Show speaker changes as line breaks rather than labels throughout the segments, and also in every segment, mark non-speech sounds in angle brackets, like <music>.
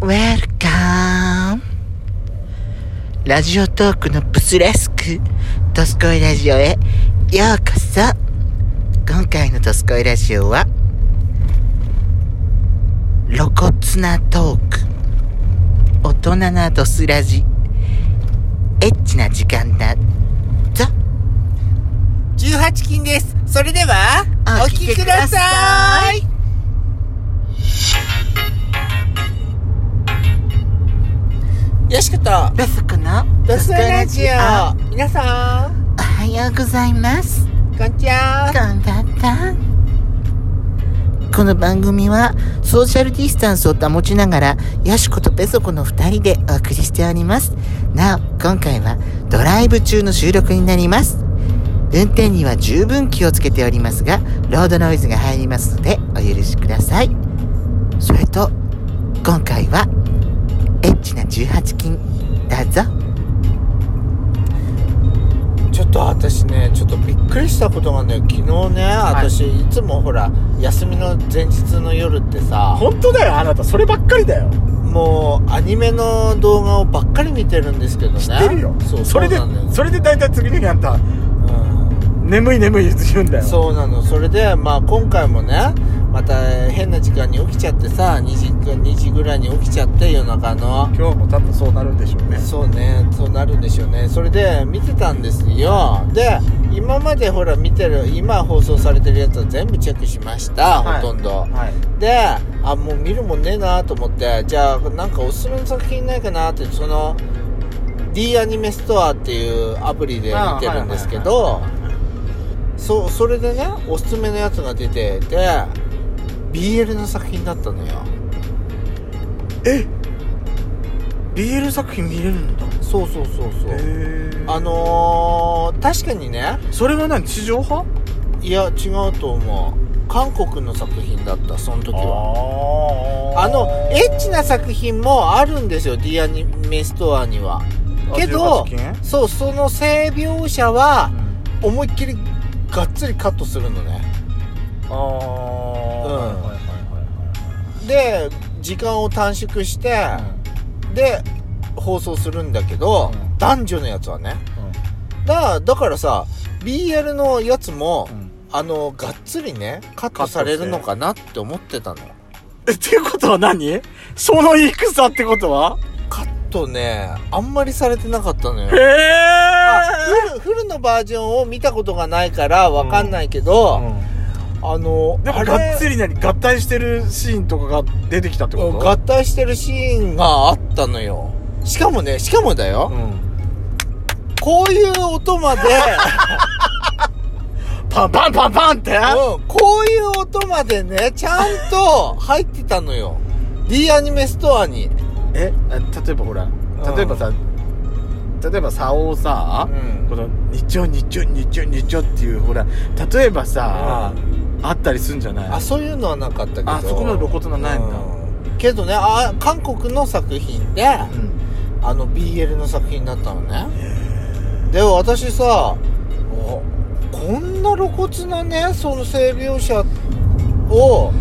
ウェルカムラジオトークのブスレスク、ドスコイラジオへようこそ今回のドスコイラジオは、露骨なトーク、大人なドスラジ、エッチな時間だぞ。
18禁です。それでは、
お
お
聞
聞
き
き
く
く
だ
だ
さ
さ
い
い。よしこと、
ベスコの
ドスコイラジ
ドスコイラジ
オ。皆さん、
オ。おはようございます。
こんにちは。
こんばんはこの番組はソーシャルディスタンスを保ちながらヤシコとペソコの2人でお送りしておりますなお今回はドライブ中の収録になります運転には十分気をつけておりますがロードノイズが入りますのでお許しくださいそれと今回はエッチな18禁だぞ
ちょっと私ね、ちょっとびっくりしたことがね、昨日ね、私、い、つもほら、休みの前日の夜ってさ、
本当だよあなたそればっかりだよ
もうアニメの動画をばっかり見てるんですけどね。
知ってるよ
そう、
それで
うなんだよ
それで大体次の日あんた
うん
眠い眠い言うんだよ
そうなのそれでまあ今回もねまた変な時間に起きちゃってさ2時か2時ぐらいに起きちゃって夜中の
今日も多分そうなるんでしょうね
そうねそうなるんでしょうねそれで見てたんですよで今までほら見てる今放送されてるやつは全部チェックしました、
はい
ほとんど
はい
であもう見るもんねえなと思ってじゃあなんかおすすめの作品ないかなってその D アニメストアっていうアプリで見てるんですけどそうそれでねおすすめのやつが出てて BL の作品だったのよ
BL 作品見れるんだ
そうそうそうそう、
へえ
あのー、確かにね
それは何地上波
いや違うと思う韓国の作品だったその時は
は
あのエッチな作品もあるんですよ D アニメストアにはけどそうその性描写は思いっきりがっつりカットするのね
ああ
うんで時間を短縮して、で放送するんだけど、
うん
男女のやつはねだだからさ BL のやつも、あのがっつりねカットされるのかなって思ってたの
えっていうことは何その戦ってことは
カットねあんまりされてなかったのよ
<laughs> へえ
あフルフルのバージョンを見たことがないからわかんないけど、あの
でも
あれ
がっつり何合体してるシーンとかが出てきたってこと
合体してるシーンがあったのよしかもねしかもだよ、
うん
こういう音
<laughs>
まで、
パンパンパンパンって
うん、こういう音までねちゃんと入ってたのよ D アニメストアに
えあ例えばほら例えばさ、例えばさをさ、
うん
この日曜日曜日曜日曜っていうほら例えばさ、あったりすんじゃない
あそういうのはなかったけど
あそこまで露骨なのないんだ
うんけどねあ韓国の作品で、
うん
あの BL の作品だったのねで私さおこんな露骨なねその性描写を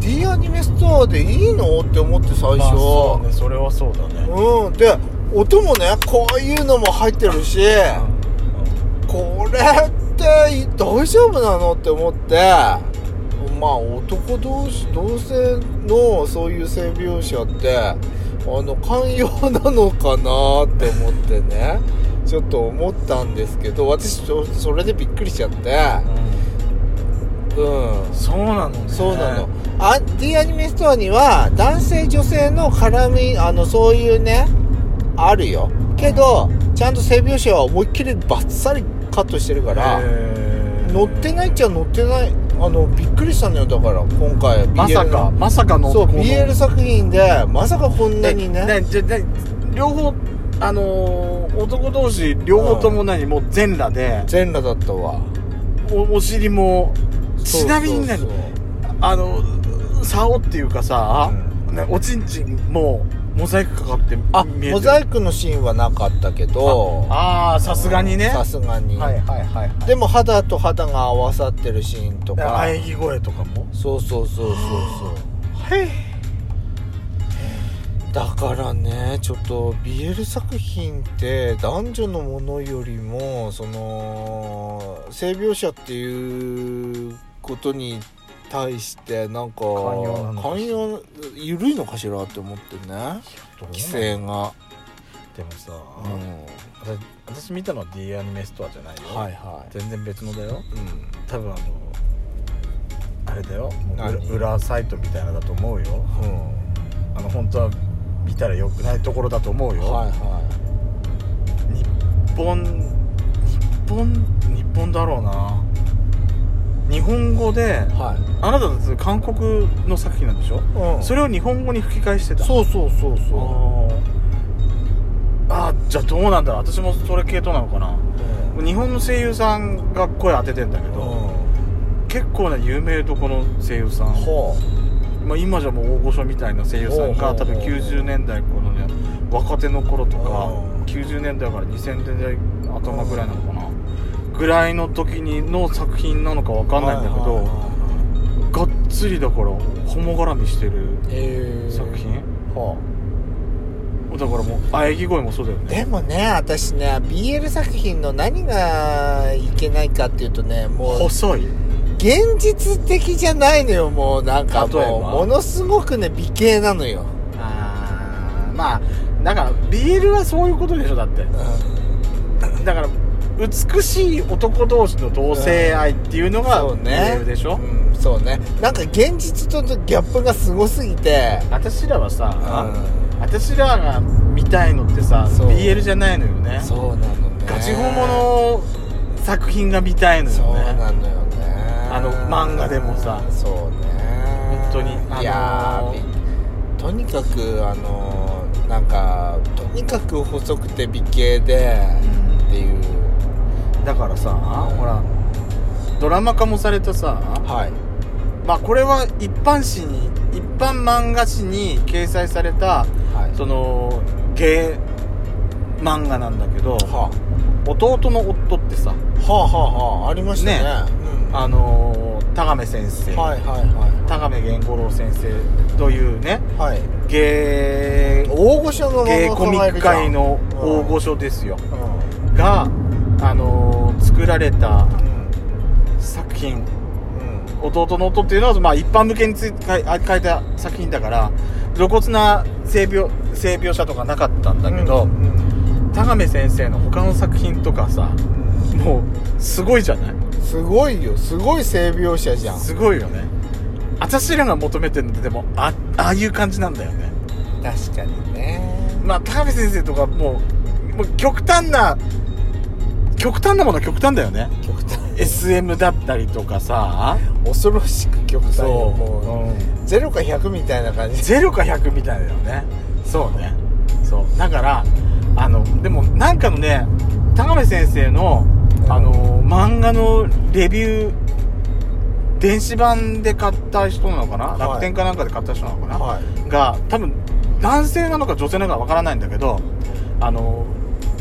D アニメストアでいいのって思って最初、
まあそうねそれはそうだね
うん、で音もねこういうのも入ってるしこれって大丈夫なのって思ってまあ男同士同性のそういう性描写ってあの寛容なのかなって思ってねちょっと思ったんですけど私そそれでびっくりしちゃってうん
そうなのね
そうなの、あ D アニメストアには男性女性の絡みあのそういうねあるよけどちゃんと性描写は思いっきりバッサリカットしてるから乗ってないっち
ゃ
ゃ乗ってないあのびっくりしたのよだから今回 BL の
まさかまさかの
そう
この
BL 作品でまさかこんなにね
えじゃじゃ両方あのー男同士両方とも何、もう全裸で
全裸だったわ
おお尻もちなみに
そう
何
そうそう
あの竿っていうかさ、
う
ねおちんちんもモザイクかかって
あ
見えてる
モザイクのシーンはなかったけど
ああさすがにね
さすがに、
はいはいはいはい
でも肌と肌が合わさってるシーンとか
喘ぎ声とかも
そうそうそうそうそう
はい
だからねちょっと BL 作品って男女のものよりもその性描写っていうことに対してなんか寛
容なのか
寛容緩いのかしらって思ってね規制が、
でも
う
さ、
ん、
私私見たのは D アニメストアじゃないよ、
はいはい、
全然別のだよ
うん、
多分あのあれだよもう
何
裏裏サイトみたいなのだと思うよあの本当は見たらよくないところだと思うよ、
はいは
日本日本日本だろうな日本語で
いはい
あなたたち韓国の作品なんでしょ、
うん
それを日本語に吹き返してた
そうそうそうそ
あーあーじゃあどうなんだろう私もそれ系統なのかな
う、うん
日本の声優さんが声当ててんだけど、結構な有名どこの声優さん、
ほ
まあ、今じゃもう大御所みたいな声優さ
ほう
ん
ほうほ
が
う
多分90年代このね若手の頃とか
うん
90年代から2000年代頭ぐらいなのかなぐらいの時にの作品なのかわ
う
かんないんだけ
は
どがっつりだからホモ絡みしてる
いはいはいえー
作品
ほう
だからもう喘ぎ声もそうだよね
でもね私ね BL 作品の何がいけないかっていうとねもう
細い
現実的じゃないのよもうなんか
例えば
もうものすごくね美形なのよ、
あーまあだから BL はそういうことでしょだってだから美しい男同士の同性愛っていうのが
そうね
BL でしょ、
うん、そうねなんか現実とのギャップがすごすぎて
私らはさ、
う
私らが見たいのってさ
そう
BL じゃないのよね
そうなのね
ガチホモの作品が見たいのよね
そうなのよね
あの漫画でもさ
そうね
本当に
いや
あ
ー
のー
びとにかくあのーなんかとにかく細くて美形で
うん
っていう
だからさほらドラマ化もされたさ
はい
まあこれは一般誌に一般漫画誌に掲載された
はい
そのゲー漫画なんだけど
は
弟の夫ってさ
あ、はあはあはあありましたね
ね
うん
あのー田亀先生、
はいはい
田亀源五郎先生というね
はいはい
芸
大御所の
芸コミック界の大御
所
所ですよ、が、あのー作られた作品「弟の夫」っていうのは、まあ、一般向けについ書い書いた作品だから露骨な性描性描写とかなかったんだけど、田亀先生の他の作品とかさもうすごいじゃない
すごいよすごい性描写じゃん
すごいよね私らが求めてるのってでもあああいう感じなんだよね
確かにね
まあ田辺先生とかもうもう極端な極端なものは極端だよね
極端
SM だったりとかさ
恐ろしく極端よも
そう
うゼロか100みたいな感じ
ゼロか100みたいだよねそうねそうだからあのでもなんかのね田辺先生のあの漫画のレビュー電子版で買った人なのかな、
はい
楽天かなんかで買った人なのかな、
は
が多分男性なのか女性なのかわからないんだけどあの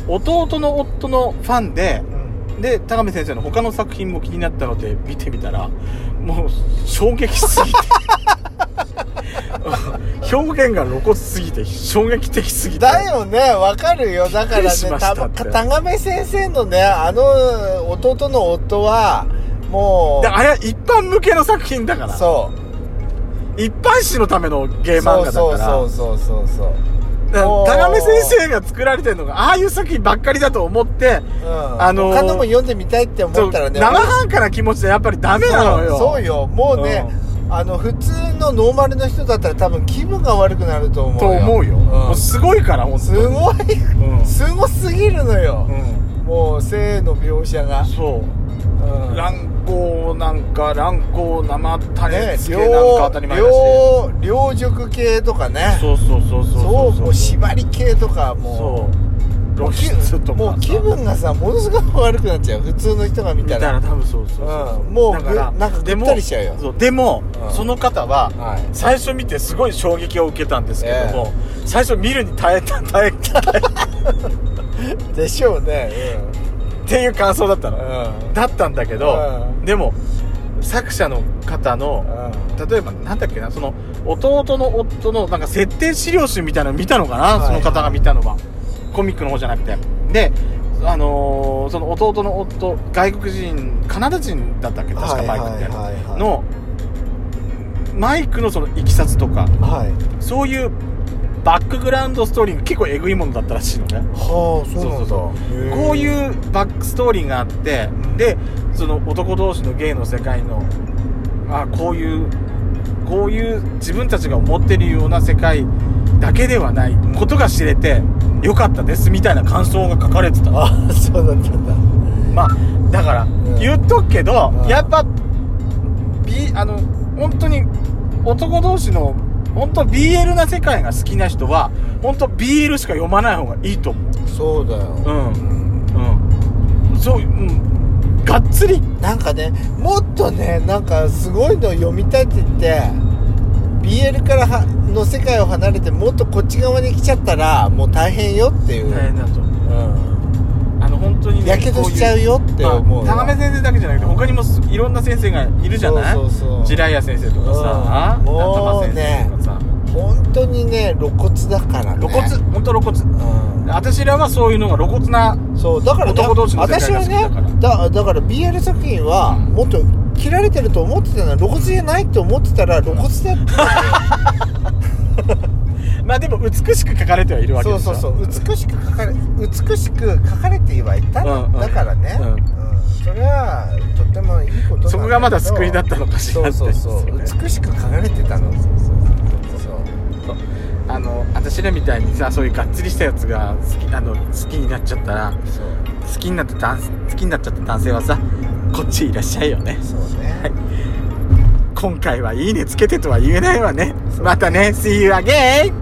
弟の夫のファンで
い、うん、
で高辺先生の他の作品も気になったので見てみたらもう衝撃すぎて <laughs> 表現が露骨すぎて衝撃的すぎて
だよねわかるよだから
び
ね
っくりしました
た
って
田亀先生のねあの弟の夫はも
であれは一般向けの作品だか
う
ら
そう
一般誌のためのゲー漫画だから
そうそうそうそうそう
だ
もう
から田辺先生が作られてるのがああいう作品ばっかりだと思って
うん
あのー
他のも読んでみたいって思ったらね
生半可な気持ちでやっぱりダメなのよ
そうそうよもうね、あの普通のノーマルの人だったら多分気分が悪くなると思う
と
よ
思うよ、
ん
もうすごいからもう
すごい
うん
すごすぎるのよ
う、ん
もう性の描写が、
そう
うん
乱行なんか乱行生タ
ね
レつけなんか当たり前だし
両両両熟系とかね
そうそうそうそう
そうもう
そう
縛り系とかも
そう
うもう
露
気
出とかさ
もう気分がさものすごく悪くなっちゃう普通の人が見
見た
た
ら
ら
多分そうそうそう、
うんもう
だから
ぐなんかぐったりしちゃうよ
でもそうでも、
うん
その方は
はい
最初見てすごい衝撃を受けたんですけども、最初見るに耐えた耐えた耐えた
でしょうね
っていう感想だった
う
の、
ん、うん
だったんだけど、
うん
でも作者の方の例えばなんだっけなその弟の夫のなんか設定資料集みたいなの見たのかな、
はい
その方が見たのはコミックの方じゃなくてであのーその弟の夫外国人カナダ人だったっけ確かマイクって、
はい
のマイクのそのいきさつとか
はい
そういうバックグラウンドストーリーが結構えぐいものだったらしいのね
はあそうなんだ
そうそうそこういうバックストーリーがあってでその男同士の芸の世界のあこういうこういう自分たちが思ってるような世界だけではないことが知れてよかったですみたいな感想が書かれてた
ああそうだったんだ
まあだから
ん
言っとくけど、
うん
やっぱ、B、あの本当に男同士の本当 BL な世界が好きな人は本当 BL しか読まない方がいいと思う
そうだよ
うん
ん
うんそううんがっつり
なんかねもっとねなんかすごいの読みたいって言って BL からはの世界を離れてもっとこっち側に来ちゃったらもう大変よっていう、
大変だと
うん
あの本当に
やけどしちゃう
よ
よって思う
高め先生だけじゃなくて他にもすいろんな先生がいるじゃない
そうそうそう
ジライア先生とかさ、
うんもう
中間先
ね
生とかさ
本当にね露骨だからね
露骨本当露骨
うん
私らはそういうのが露骨な
そうだからね
男同士の世
私
界が
は
好きだ
ね
から
だだから BL 作品は
うん
もっと切られてると思ってたの露骨じゃないって思ってたら露骨だって
まあでも美しく書かれてはいるわけ
そ
で
う
し
そ
ょ
うそう美しく書かれ美しく書かれてはいたの、
うんうん
だからね、
う
うんんそれはとってもいいことなんだけど
そこがまだ救いだったのかしら
そ
って
うそうそう美しく書かれてたのそうそう
あの私らみたいにさそういうがっつりしたやつが好きあの好きになっちゃったら
そう
好きになった男好きになっちゃった男性はさこっちいらっしゃいよね
そうそうね、
今回はいいねつけてとは言えないわねまたね See you again!